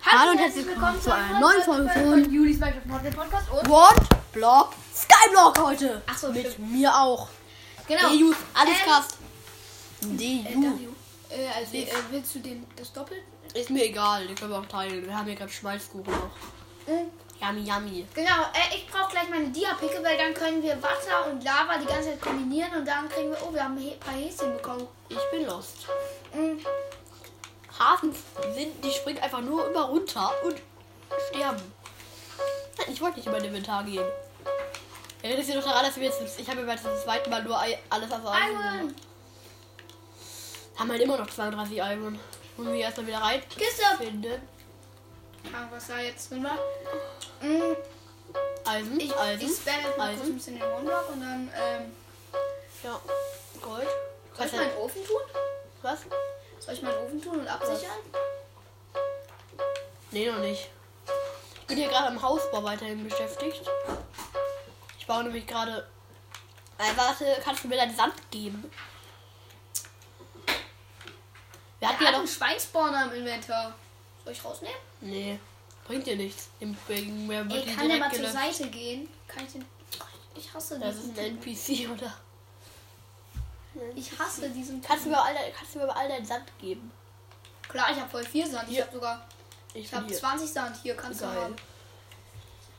Hallo und herzlich willkommen zu einer neuen Folge von Julis Minecraft Modern Podcast und What Block Skyblock heute. Ach so, mit stimmt. mir auch. genau. DU, alles Ähm, krass. Äh, DU. W. Äh, also äh, willst du den das doppelt? Ist mir egal, den können wir auch teilen. Wir haben hier gerade Schmalzkuchen noch. Yummy, yummy. Mhm, Genau, äh, ich brauche gleich meine Dia-Picke, weil dann können wir Wasser und Lava die ganze Zeit kombinieren und dann kriegen wir, oh, wir haben ein He- paar Häschen bekommen. Ich bin lost. Mhm. Hasen Mm. sind, die springen einfach nur immer runter und sterben. Nein, Ich wollte nicht über den Inventar gehen. Erinnert sich doch daran, dass wir jetzt, ich habe mir jetzt zum zweiten Mal nur ei- alles aus Eisen gemacht. Iron, Haben halt immer noch 32 Iron. Müssen wir erstmal wieder rein Kiste. finden. Ah, was da jetzt drin war. Mhm. Eisen, Ich, Eisen. ich spam jetzt mal kurz Eisen. ein bisschen den Wohnblock und dann, ähm, Ja, Gold. soll Was? ich meinen Ofen tun? was? Soll ich meinen Ofen tun und absichern? Nee, noch nicht. Ich bin hier gerade am Hausbau weiterhin beschäftigt. Ich baue nämlich gerade. Äh, warte, kannst du mir deinen Sand geben? Wir hatten Wir ja haben einen noch. Schweinspawner im Inventar. Soll ich rausnehmen? Nee, bringt dir nichts. Dem wegen mehr Ey, wird die kann der mal direkt zur gelöscht. Seite gehen? Kann ich den. Ich hasse Das ist diesen. ein NPC, oder? Ich hasse diesen. Kannst du mir all, dein, kannst du mir aber all deinen Sand geben? Klar, ich habe voll viel Sand. Ich Hier. habe sogar. Ich bin habe hier. 20 Sand hier. Kannst du Geil. haben.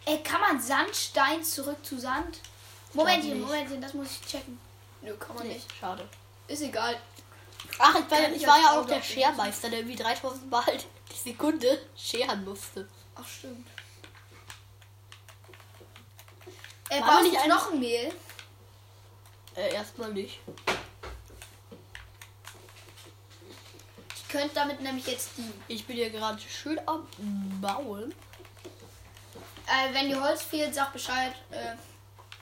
Ey, kann man Sandstein zurück zu Sand? Momentchen, nicht. Momentchen, das muss ich checken. Nö, kann man Nee, nicht. schade. Ist egal. Ach, ich war, Kann ich ich war als ja auch Auge der auf- Schermeister, der wie 3000 Mal die Sekunde scheren musste. Ach, stimmt. Ey, War Äh, brauchst aber du nicht ein- Knochenmehl? Äh, erstmal nicht. Ich könnte damit nämlich jetzt dienen. Ich bin hier gerade schön am Bauen. Äh, wenn dir Holz fehlt, sag Bescheid. Äh,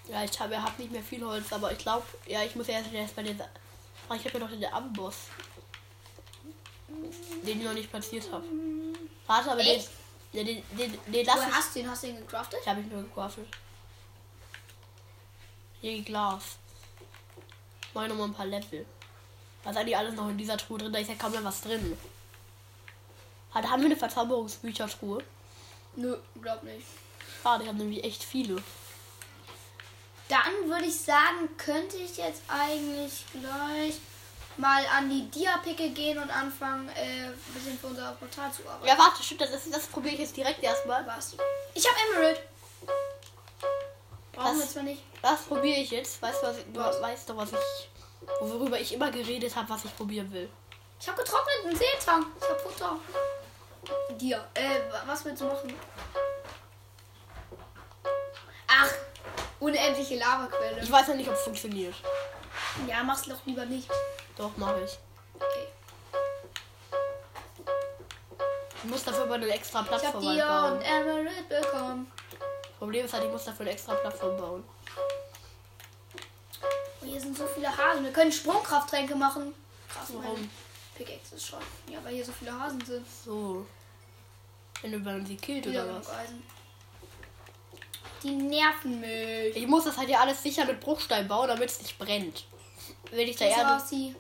Ja, ich habe hab nicht mehr viel Holz, aber ich glaube, ja, ich muss erst erstmal den. Ah, ich habe ja noch den Amboss. Den ich noch nicht platziert habe. Warte, aber den, Echt? ja, den. Den, den lass woher ich. hast du den? Hast du den gecraftet? Den habe ich mir gequaffelt. Hier Glas. Mach ich noch mal ein paar Level. Was ist eigentlich alles noch in dieser Truhe drin? Da ist ja kaum mehr was drin. Hat, haben wir eine Verzauberungsbüchertruhe? Nö, glaub nicht. Schade, ich habe nämlich echt viele. Dann würde ich sagen, könnte ich jetzt eigentlich gleich mal an die Dia-Picke gehen und anfangen, äh, ein bisschen für unser Portal zu arbeiten. Ja, warte, stimmt, das, ist- das probiere ich jetzt direkt erstmal. Was? Ich habe Emerald. Brauchen Was? wir zwar nicht. Das probiere ich jetzt. Weißt du, was ich, du Was? weißt doch, was ich, worüber ich immer geredet habe, was ich probieren will. Ich habe getrockneten Seetang. Ich habe Futter. Dia. Äh, wa- was willst du machen? Ach, unendliche Lavaquelle. Ich weiß noch nicht, ob es funktioniert. Ja, mach's doch lieber nicht. Doch, mache ich. Okay. Ich muss dafür aber eine extra Ich habe Plattform Dia und bauen. Emerald bekommen. Problem ist halt, ich muss dafür eine extra Plattform bauen. Oh, Hier sind so viele Hasen. Wir können Sprungkrafttränke machen. Krass, Warum? mein Pickaxe ist schon. Ja, weil hier so viele Hasen sind. So. Wenn du dann sie killt Wieder oder was? genug Eisen. Die nerven mich. Ich muss das halt ja alles sicher mit Bruchstein bauen, damit es nicht brennt. Wenn ich da Das Erde. war's, sie.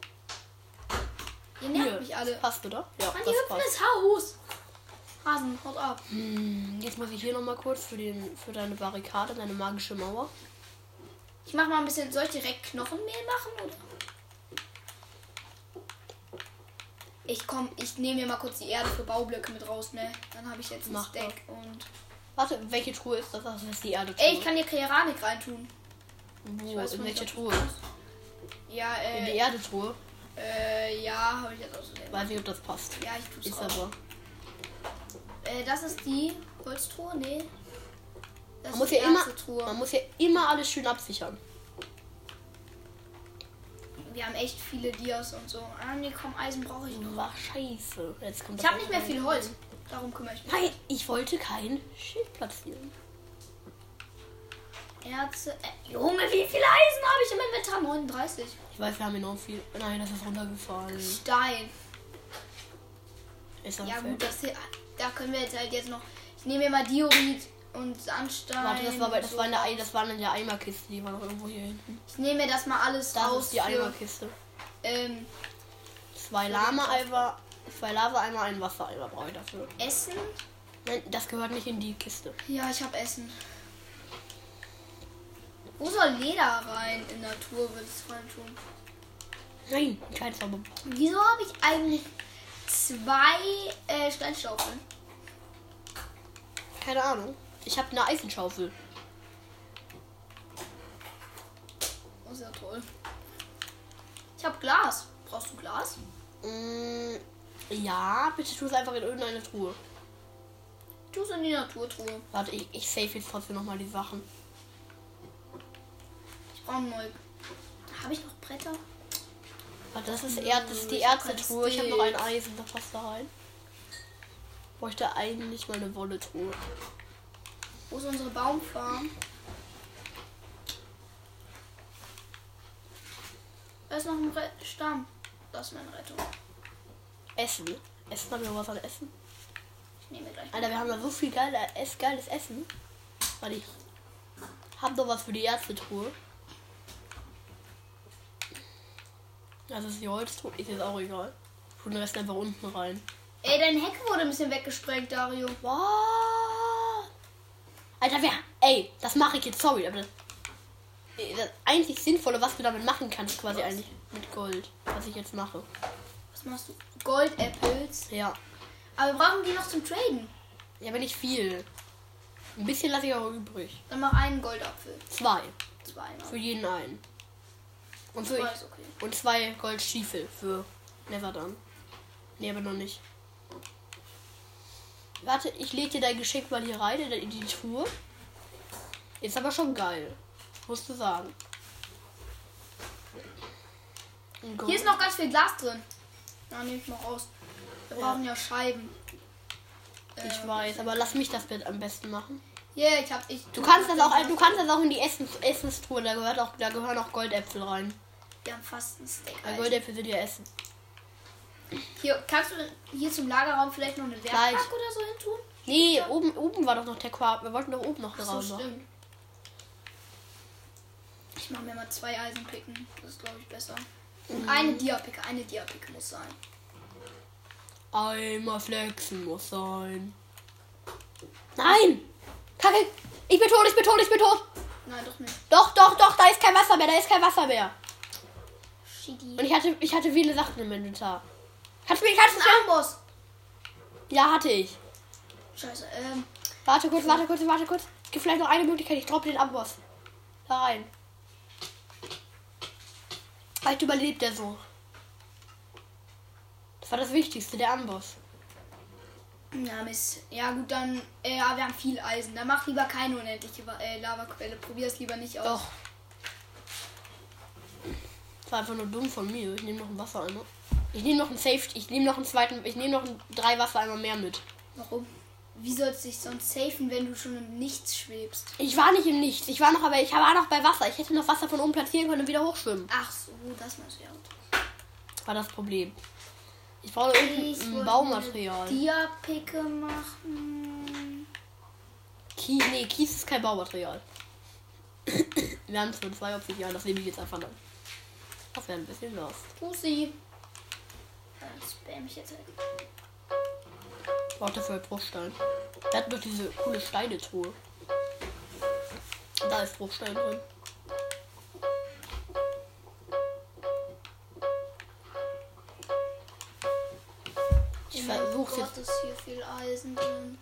Ihr nervt Hier, mich alle. passt, oder? Ja, Mann, die das hüpfen passt. ins Haus. Hasen, haut ab. Hm, Jetzt muss ich hier nochmal kurz für, den, für deine Barrikade, deine magische Mauer. Ich mach mal ein bisschen. Soll ich direkt Knochenmehl machen? Oder? Ich komm, ich nehme mir mal kurz die Erde für Baublöcke mit raus, ne? Dann habe ich jetzt ein Mach doch. Stack und. Warte, welche Truhe ist das? Das ist die Erde. Ey, ich kann hier Keramik reintun. Wo, Ich weiß in noch nicht, welche ob Truhe? das Ja, In die äh, Erde Truhe. äh ja, habe ich jetzt auch so selber. Weiß nicht, ob das passt. Ja, ich tu's Ist auch. aber. Äh, das ist die Holztruhe, nee. Das Man muss, die ja immer, erste Truhe. man muss ja immer alles schön absichern. Wir haben echt viele Dias und so. Ah, nee, komm, Eisen brauche ich noch. War scheiße. Jetzt kommt Ich das habe nicht noch mehr viel Holz. Darum kümmere ich mich. Nein, ich wollte kein Schild platzieren. Erze. Äh, Junge, wie viel Eisen habe ich im Inventar? 39. Ich weiß, wir haben enorm viel. Nein, das ist runtergefallen. Ist Stein. das Ja, Feld. gut, das hier. Da können wir jetzt halt jetzt noch. Ich nehme mir mal Diorit und Sandstein. Warte, das war, bei, und das, so. war in der, Ei- das war in der Eimerkiste, die war noch irgendwo hier hinten. Ich nehme mir das mal alles Das raus. ist die für, Eimerkiste. ähm, Zwei Lama-Eimer, zwei Lava-Eimer, ein Wassereimer brauche ich dafür. Essen Nein, das gehört nicht in die Kiste. Ja, ich hab Essen. Wo soll Leder rein in Natur, würde ich rein tun? Nein, kein Zauber. Wieso habe ich eigentlich zwei äh, Steinstaufeln? Keine Ahnung. Ich habe eine Eisenschaufel. Das ist ja toll. Ich habe Glas. Brauchst du Glas? Mm, ja, bitte tu es einfach in irgendeine Truhe. Tu es in die Naturtruhe. Warte, ich, ich save jetzt trotzdem nochmal die Sachen. Ich brauche neu. Habe ich noch Bretter? Warte, Ah, das ist, er, das ist die Ich hab kein Ärztetruhe. Ich habe noch ein Steak. Eisen, das passt da rein. Bräuchte eigentlich meine Wolle-Truhe. Wo ist unsere Baumfarm? Da ist noch ein Re Stamm. Das ist meine Rettung. Essen. Essen, haben wir was an Essen? Ich nehme gleich. Alter, wir haben da so viel geile, ess, geiles Essen. Warte, ich hab doch was für die Ärztetruhe. Das ist die Holztruhe, ist jetzt auch egal. Tun den Rest einfach unten rein. Ey, dein Heck wurde ein bisschen weggesprengt, Dario. Wow. Alter, wer? Ey, das mache ich jetzt, sorry, aber das, Ey, das einzig Sinnvolle, was du damit machen kannst, quasi Was? eigentlich mit Gold, was ich jetzt mache. Was machst du? Goldapples. Ja. Aber wir brauchen die noch zum Traden. Ja, aber nicht viel. Ein bisschen lasse ich auch übrig. Dann mach einen Goldapfel. Zwei. Zweimal. Für jeden einen. Und für, Zwei ist okay. und zwei Goldstiefel für Neverdun. Nee, aber noch nicht. Warte, ich leg dir dein Geschenk mal hier rein in die- in die Truhe. Ist aber schon geil. Musst du sagen. Und Gold- Hier ist noch ganz viel Glas drin. Na, nehm ich mal raus. Wir Ja. brauchen ja Scheiben. Ich weiß, aber lass mich das Bett am besten machen. Yeah, ich hab. Ich, Du kannst das auch, du kannst das auch in die Essens, Essenstruhe, da gehört auch, da gehören auch Goldäpfel rein. Wir haben fast einen Steak. Weil Alter. Goldäpfel sind ja Essen. Hier, kannst du hier zum Lagerraum vielleicht noch eine Werkbank Gleich. oder so hin tun? Nee, oben, oben war doch noch der Quark. Wir wollten doch oben noch Ach so, raus. machen. stimmt. Ich mache mir mal zwei Eisenpicken. Das ist, glaube ich, besser. Mhm. Und eine Diapicke, eine Diapicke muss sein. Einmal flexen muss sein. Nein! Kacke! Ich bin tot, ich bin tot, ich bin tot! Nein, doch nicht. Doch, doch, doch, da ist kein Wasser mehr, da ist kein Wasser mehr. Und Shitty. ich hatte, ich hatte viele Sachen im Inventar. Kannst du mir, kannst du Ein Amboss. Ja, hatte ich. Scheiße, ähm, Warte kurz, warte kurz, warte kurz. Es gibt vielleicht noch eine Möglichkeit, ich droppe den Amboss. Da rein. Vielleicht überlebt er so. Das war das Wichtigste, der Amboss. ja, Mist. Ja, gut, dann, äh, ja, wir haben viel Eisen. Dann mach lieber keine unendliche Wa- äh, Lavaquelle. Probier es lieber nicht aus. Doch. Das war einfach nur dumm von mir. Ich nehme noch ein Wassereimer. Ich nehme noch einen Safety. Ich nehme noch einen zweiten. Ich nehme noch einen, drei Wassereimer mehr mit. Warum? Wie sollst du dich sonst safen, wenn du schon im Nichts schwebst? Ich war nicht im Nichts. Ich war noch, aber ich war noch bei Wasser. Ich hätte noch Wasser von oben platzieren können und wieder hochschwimmen. Ach so, das meinst du ja. gut. War das Problem. Ich brauche Ich irgendein wollte Baumaterial. eine Diapicke machen. Kies, nee, Kies ist kein Baumaterial. Wir haben zwar zwei Obsidian, das nehme ich jetzt einfach an. Das wäre ein bisschen lost. Pussy. Dann spam ich jetzt halt. Ich brauche dafür Bruchstein. Wir hatten doch diese coole Steine-Truhe. Da ist Bruchstein drin. Ich mein versuch's Oh Gott, jetzt. ist hier viel Eisen drin.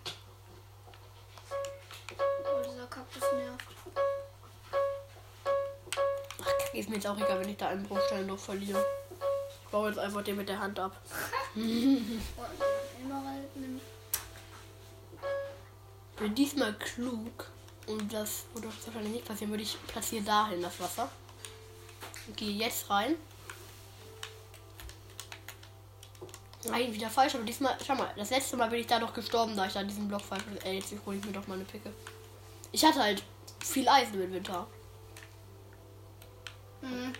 Oh, dieser Kaktus nervt. Ach, Kacke, ist mir jetzt auch egal, wenn ich da einen Bruchstein noch verliere. Ich baue jetzt einfach den mit der Hand ab. Oh, und den Emerald nimmt. Bin diesmal klug und das würde uns wahrscheinlich nicht passieren, würde ich platziere dahin das Wasser. Und gehe jetzt rein. Nein, wieder falsch, aber diesmal, schau mal, das letzte Mal bin ich da doch gestorben, da ich da diesen Block falsch. Ey, jetzt hole ich mir doch mal eine Picke. Ich hatte halt viel Eisen im Winter. Hm.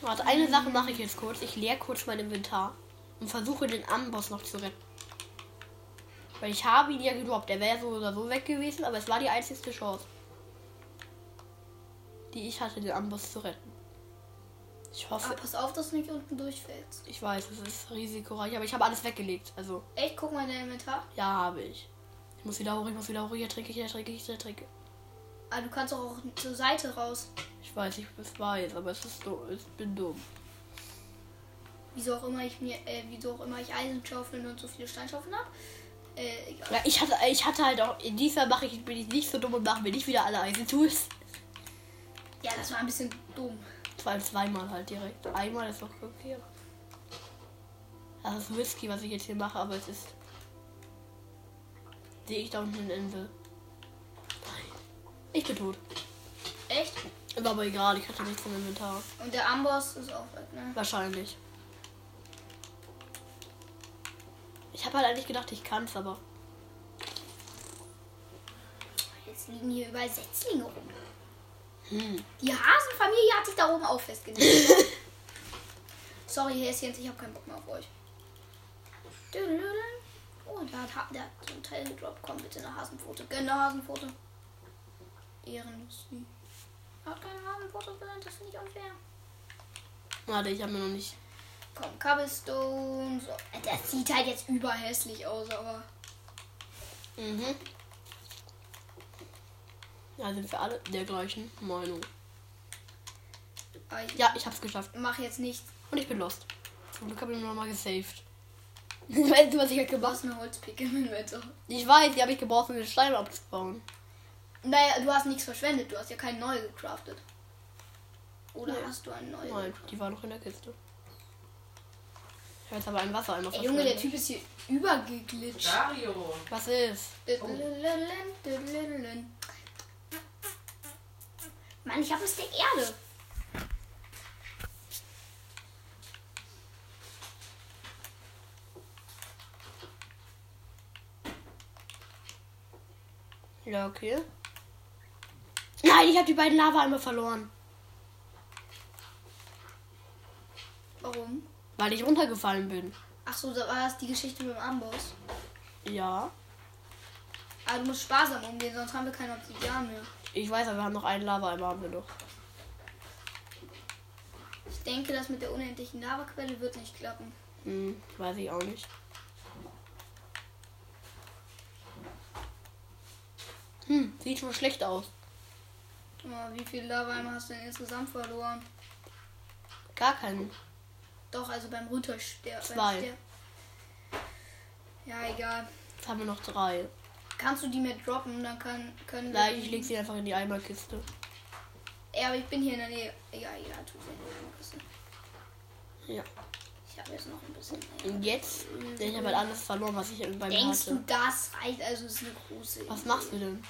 Warte, eine Sache mache ich jetzt kurz. Ich leere kurz mein Inventar und versuche den Amboss noch zu retten. Weil ich habe ihn ja gedroppt. Der wäre so oder so weg gewesen, aber es war die einzigste Chance, die ich hatte, den Amboss zu retten. Ich Aber hoffe, Ah, pass auf, dass du nicht unten durchfällst. ich weiß, es ist risikoreich, aber ich habe alles weggelegt. Also, Echt, guck mal in dein Inventar. ja, habe ich. Ich Ich muss wieder hoch, ich muss wieder hoch. Hier trinke ich, hier trinke ich, hier trinke Aber Ah, du kannst doch auch zur Seite raus. ich. Ich weiß, ich es weiß, aber es ist dumm. Ich bin dumm. Wieso auch immer ich mir, äh, wieso auch immer ich Eisenschaufeln und so viele Steinschaufeln habe. Äh, egal. Ja, ich hatte, ich hatte halt auch. In dieser mache ich, bin ich nicht so dumm und mache mir nicht wieder alle Eisentools. Ja, das war ein bisschen dumm. Vor allem zweimal halt direkt. Einmal ist auch okay. Das ist Whisky, was ich jetzt hier mache, aber es ist. Sehe ich da unten eine Insel. Nein. Ich bin tot. Echt? Ist aber egal, ich hatte nichts im Inventar. Und der Amboss ist auch weg, ne? Wahrscheinlich. Ich habe halt eigentlich gedacht, ich kann's, aber. Jetzt liegen hier überall Setzlinge rum. Hm. Die Hasenfamilie hat sich da oben auch festgelegt. Sorry, Häschens, ich habe keinen Bock mehr auf euch. Düdelüdeln. Oh, da hat, Ha- der hat so ein Teil gedroppt. Komm bitte eine Hasenpfote. Gönn eine Hasenpfote. Ehrenlos. Hm. Er Hat keine Hasenpfote genannt, das finde ich unfair. Warte, ich habe mir noch nicht. Komm, Cobblestone. So. Das sieht halt jetzt überhässlich aus, aber. Mhm. Da sind wir alle der gleichen Meinung. aber ah, ich Ja, ich hab's geschafft. mach jetzt nichts. Und ich bin lost. Zum Glück habe ich ihn nochmal gesaved. weißt du, was ich halt Du gemacht hast eine Holzpicke im Inventar. Ich weiß, die habe ich gebraucht, um den Stein abzubauen. Naja, du hast nichts verschwendet. Du hast ja keinen neu gecraftet. Oder Nee. hast du einen neuen? Nein, die war noch in der Kiste. Ich habe jetzt aber ein Wasser einmal Ey, Junge, der verschwendet. Typ ist hier übergeglitscht. Dario. Was ist? Düdelüdelün, düdelüdelün. Mann, ich habe ein Steak Erde. Ja, okay. Nein, ich habe die beiden Lava einmal verloren. Warum? Weil ich runtergefallen bin. Ach so, da war das die Geschichte mit dem Amboss. Ja. Aber du musst sparsam umgehen, sonst haben wir keine Obsidian mehr. Ich weiß, aber wir haben noch einen Lava einmal haben wir noch. Ich denke, das mit der unendlichen Lavaquelle wird nicht klappen. Hm, weiß ich auch nicht. Hm, sieht schon schlecht aus. Guck mal, Oh, wie viel Lava hast du denn insgesamt verloren? Gar keinen. Doch, also beim Runtersterben. Zwei. Ja, egal. Jetzt haben wir noch drei. Kannst du die mir droppen, dann kann, können wir... Nein, die- ich leg sie einfach in die Eimerkiste. Ja, aber ich bin hier in der Nähe. Ja, ja, tu sie noch ein bisschen. Ja. Ich habe jetzt noch ein bisschen. Und jetzt, denn ich habe halt alles verloren, was ich bei mir Denkst du, hatte. das reicht? Also es ist eine große Insel. Was machst du denn?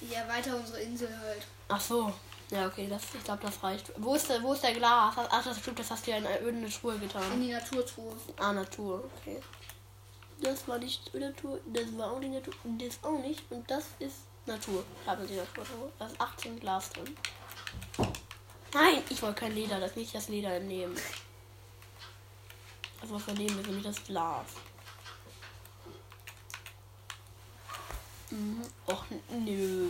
Ich erweitere unsere Insel halt. Ach so. Ja, okay, das, ich glaube, das reicht. Wo ist, der, wo ist der Glas? Ach, das stimmt, das hast du ja in eine ödene Truhe In getan. die Naturtruhe. Ah, Natur. Okay. Das war nicht Natur, das war auch nicht Natur, das auch nicht. Und das ist Natur. Ich habe die Natur. Da ist 18 Glas drin. Nein, ich wollte kein Leder, das nicht das Leder nehmen. Also was wir nehmen, ist nämlich das Glas. Mhm. Och, nö.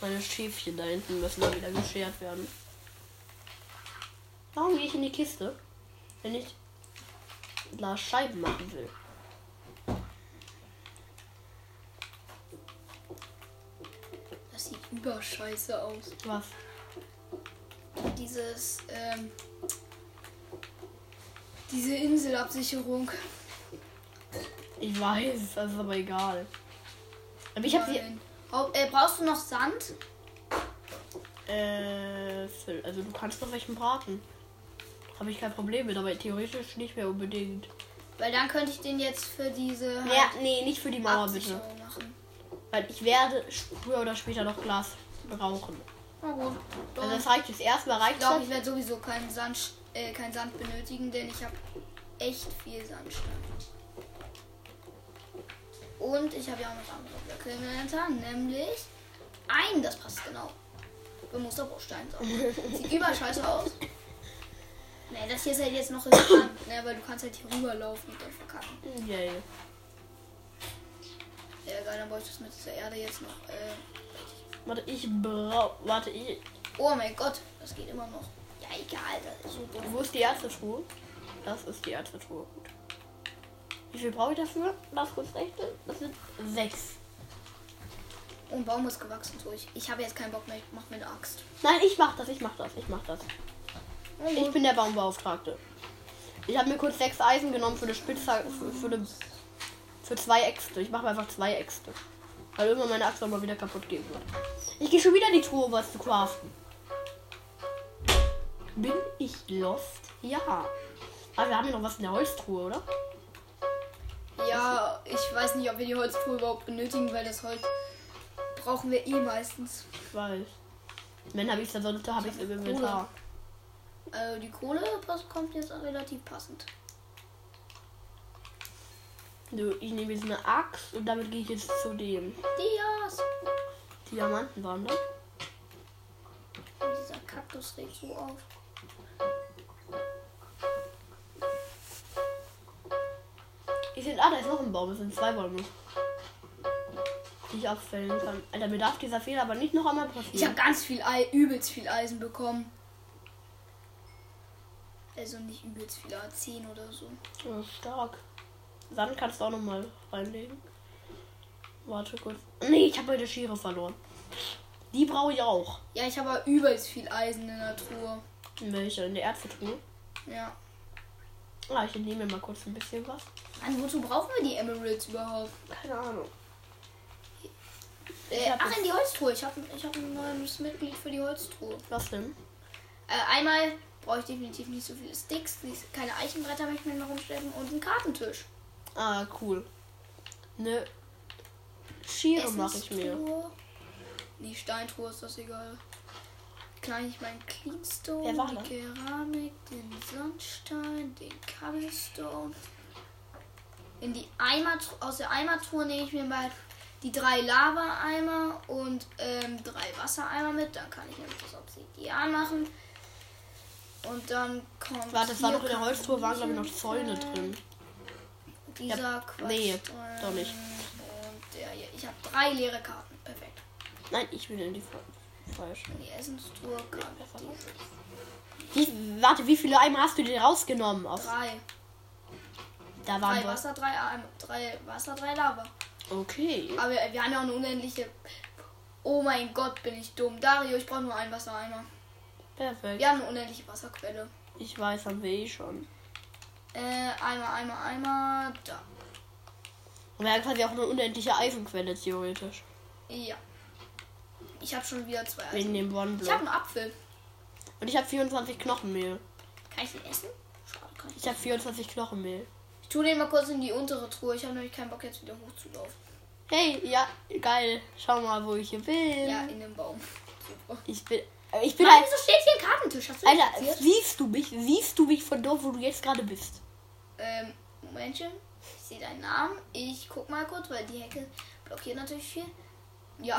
Meine Schäfchen da hinten müssen mal wieder geschert werden. Warum gehe ich in die Kiste, wenn ich Glasscheiben machen will. Das sieht überscheiße aus. Was? Dieses, ähm. Diese Inselabsicherung. Ich weiß, das ist aber egal. Aber ich habe sie. Nein. Hau- äh, brauchst du noch Sand? Äh, Phil, also du kannst noch welchen braten. Habe ich kein Problem mit, aber theoretisch nicht mehr unbedingt. Weil dann könnte ich den jetzt für diese halt, Ja, nee, nicht für die Mauer bitte. Absicherung machen. Weil ich werde früher oder später noch Glas brauchen. Na gut. Also Doch, das reicht jetzt erstmal reicht ich glaube, das. ich werde sowieso keinen Sand, äh, keinen Sand benötigen, denn ich habe echt viel Sandstein. Und ich habe ja auch noch andere Blöcke im Inventar, nämlich ein, das passt genau. Bemuster Bruchstein. So. Sieht überscheiße aus. Ne, das hier ist halt jetzt noch riskant, ne, weil du kannst halt hier rüberlaufen und dann verkacken. Yay. Ja, egal, dann bräuchte ich das mit dieser Erde jetzt noch. Äh Warte, ich brauch. Warte, ich. oh mein Gott, das geht immer noch. Ja, egal, das ist so doof. Wo ist die Ärztetruhe? Das ist die Ärztetruhe. Gut. Wie viel brauche ich dafür? Lass kurz rechnen. Das sind sechs. Oh, ein Baum ist gewachsen durch. Ich habe jetzt keinen Bock mehr, ich mach mir eine Axt. Nein, ich mach das, ich mach das, ich mach das. Oh, Ich gut. bin der Baumbeauftragte. Ich habe mir kurz sechs Eisen genommen für eine Spitzhacke, für, für, eine, für zwei Äxte. Ich mache mir einfach zwei Äxte. Weil immer meine Axt auch mal wieder kaputt gehen wird. Ich gehe schon wieder in die Truhe, um was zu craften. Bin ich lost? Ja. Aber wir haben ja noch was in der Holztruhe, oder? ja, ich weiß nicht, ob wir die Holztruhe überhaupt benötigen, weil das Holz brauchen wir eh meistens. Ich weiß. Wenn habe ich es sonst habe ich es im Inventar. Äh, die Kohle das kommt jetzt auch relativ passend. Nö, ich nehme jetzt eine Axt und damit gehe ich jetzt zu dem Dias! Diamanten waren, ne? Und dieser Kaktus regt so auf. Ich sehe, ah, da ist noch ein Baum. Es sind zwei Bäume. Die ich abfällen kann. Alter, mir darf dieser Fehler aber nicht noch einmal Ich habe passieren. ganz viel Ei, übelst viel Eisen bekommen. Also nicht übelst viel, aber 10 oder so. Ja, Oh, stark. Sand kannst du auch nochmal reinlegen. Warte kurz. Nee, ich habe meine Schere verloren. Die brauche ich auch. Ja, ich habe aber übelst viel Eisen in der Truhe. In welche? In der Ärztetruhe. Ja. Ah, ich nehme mir mal kurz ein bisschen was. Mann, wozu brauchen wir die Emeralds überhaupt? Keine Ahnung. Ich Äh, hab ach, das- in die Holztruhe. Ich habe ich hab ein neues Mitglied für die Holztruhe. Was denn? Äh, einmal brauche ich definitiv nicht so viele Sticks, nicht- keine Eichenbretter möchte ich mir noch rumschleppen und einen Kartentisch. Ah, cool. Ne. Schere mache ich mir. Essenstruhe. Nee, Steintruhe ist das egal. Klein ich meinen Cleanstone, Wer war die das? Keramik, den Sandstein, den Cobblestone. In die Eimer, aus der Eimertruhe nehme ich mir mal die drei Lava-Eimer und ähm, drei Wassereimer mit. Dann kann ich nämlich das Obsidian machen. Und dann kommt. Warte, es war hier noch in der Holztruhe, waren glaube ich noch Zäune Kartoffeln. drin. Dieser Ja, Quatsch. nee, drin. doch nicht. Und der hier. Ich habe drei leere Karten. Perfekt. Nein, ich bin in die Fa- falsch. Und die Essenstruhe kam das war diese Wie, warte, wie viele Eimer hast du denn rausgenommen? Aus, drei. da waren Drei wir. Wasser, drei Eimer. Drei Wasser, drei Lava. Okay. Aber wir wir haben ja auch eine unendliche. Oh mein Gott, bin ich dumm. Dario, ich brauche nur einen Wassereimer. Perfekt. Wir haben eine unendliche Wasserquelle. Ich weiß, haben wir eh schon. Äh, Eimer, Eimer, Eimer. Da. Und wir haben quasi auch eine unendliche Eisenquelle, theoretisch. Ja. Ich habe schon wieder zwei Eisen. Wegen dem Also, Ich habe One-Block. einen Apfel. Und ich habe 24 Knochenmehl. Kann ich den essen? Schade, kann ich nicht. Ich habe 24 Knochenmehl. Ich tue den mal kurz in die untere Truhe. Ich habe nämlich keinen Bock, jetzt wieder hochzulaufen. Hey, ja, geil. Schau mal, wo ich hier bin. Ja, in dem Baum. Super. Ich bin. äh, Ich bin Nein, halt. wieso steht hier ein Kartentisch? Hast du das Alter, platziert? siehst du mich? Siehst du mich von dort, wo du jetzt gerade bist? Ähm, Momentchen. Ich sehe deinen Namen. Ich guck mal kurz, weil die Hecke blockiert natürlich viel. Ja.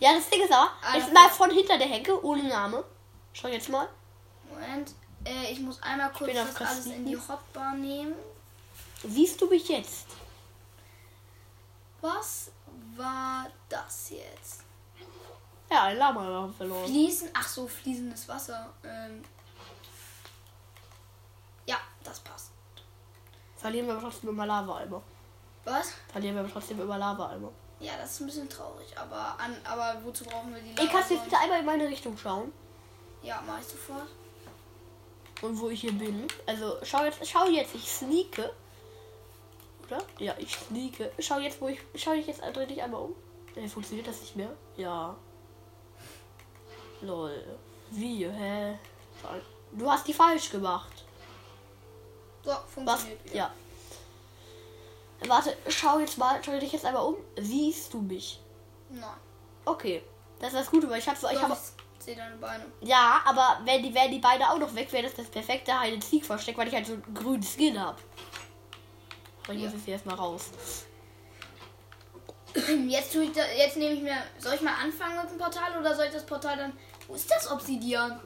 Ja, das Ding ist aber, Ah, jetzt das mal war- von hinter der Hecke, ohne Name. Schau jetzt mal. Moment. Äh, ich muss einmal kurz bin auf das alles in die Christine. Hotbar nehmen. Siehst du mich jetzt? Was war das jetzt? Ja, ein Lama haben verloren. Fließen. Ach so, fließendes Wasser. Ähm. Ja, das passt. Verlieren wir aber trotzdem immer Lava-Eimer. Was? Verlieren wir aber trotzdem immer Lava-Eimer. Ja, das ist ein bisschen traurig, aber an, aber wozu brauchen wir die Ey, kannst du jetzt Lavasäulen? bitte einmal in meine Richtung schauen? Ja, mach ich sofort. Und wo ich hier bin. Also, schau jetzt, schau jetzt, ich sneake. Oder? Ja, ich sneake. Schau jetzt, wo ich. Schau dich jetzt, dreh dich einmal um. Äh, funktioniert das nicht mehr? Ja. Lol. Wie? Hä? Du hast die falsch gemacht. So, Was? funktioniert wieder. Ja. Warte, schau jetzt mal, dreh dich jetzt einmal um. Siehst du mich? Nein. Okay. Das ist das Gute, weil ich habe so, ich Doch, habe ich sehe deine Beine. Ja, aber wären die, wären die beide auch noch weg, wäre das das perfekte hide and seek versteck weil ich halt so einen grünen Skin habe. Aber ich Ja. muss jetzt hier erstmal raus. Jetzt tue ich da, jetzt nehme ich mir. Soll ich mal anfangen mit dem Portal oder soll ich das Portal dann. Wo ist das Obsidian?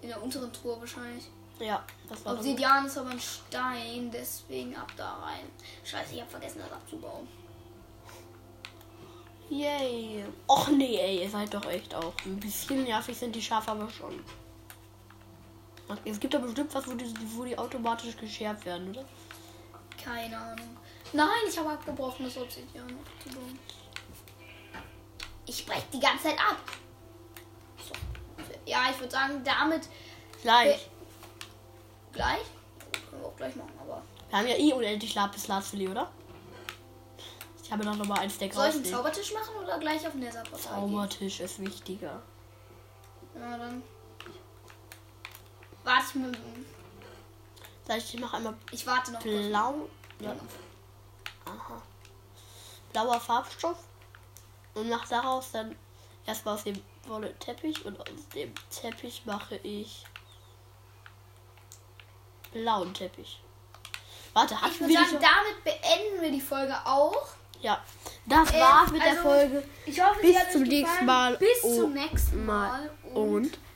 In der unteren Truhe wahrscheinlich. Ja, das war das. Obsidian ist aber ein Stein, deswegen ab da rein. Scheiße, ich habe vergessen, das abzubauen. Yay. Och nee, ey, ihr seid doch echt auch. Ein bisschen nervig sind die Schafe aber schon. Es gibt doch bestimmt was, wo die, wo die automatisch geschärft werden, oder? Keine Ahnung. Nein, ich habe abgebrochenes Obsidian. Zu dumm. Ich breche die ganze Zeit ab. So. Ja, ich würde sagen, damit Gleich. gleich. Können wir auch gleich machen, aber. Wir haben ja eh unendlich Lapis Lazuli, oder? Ich habe noch noch mal ein Stack Soll ich einen rausnehmen. Zaubertisch machen oder gleich auf den Nether-Portal gehen? Zaubertisch ist wichtiger. Na dann. Warte ich mit dem- Sag ich, ich mache einmal Ich warte noch. kurz. blau. Ja. Aha. Blauer Farbstoff. Und mache daraus dann erstmal aus dem Wolle Teppich und aus dem Teppich mache ich blauen Teppich. Warte, Ich hatten würde wir die sagen, schon? damit beenden wir die Folge auch. Ja. Das Ähm, war's mit der also, Folge. Ich hoffe, Bis sie hat euch zum nächsten gefallen. Mal. Bis Oh, zum nächsten mal. Mal. Und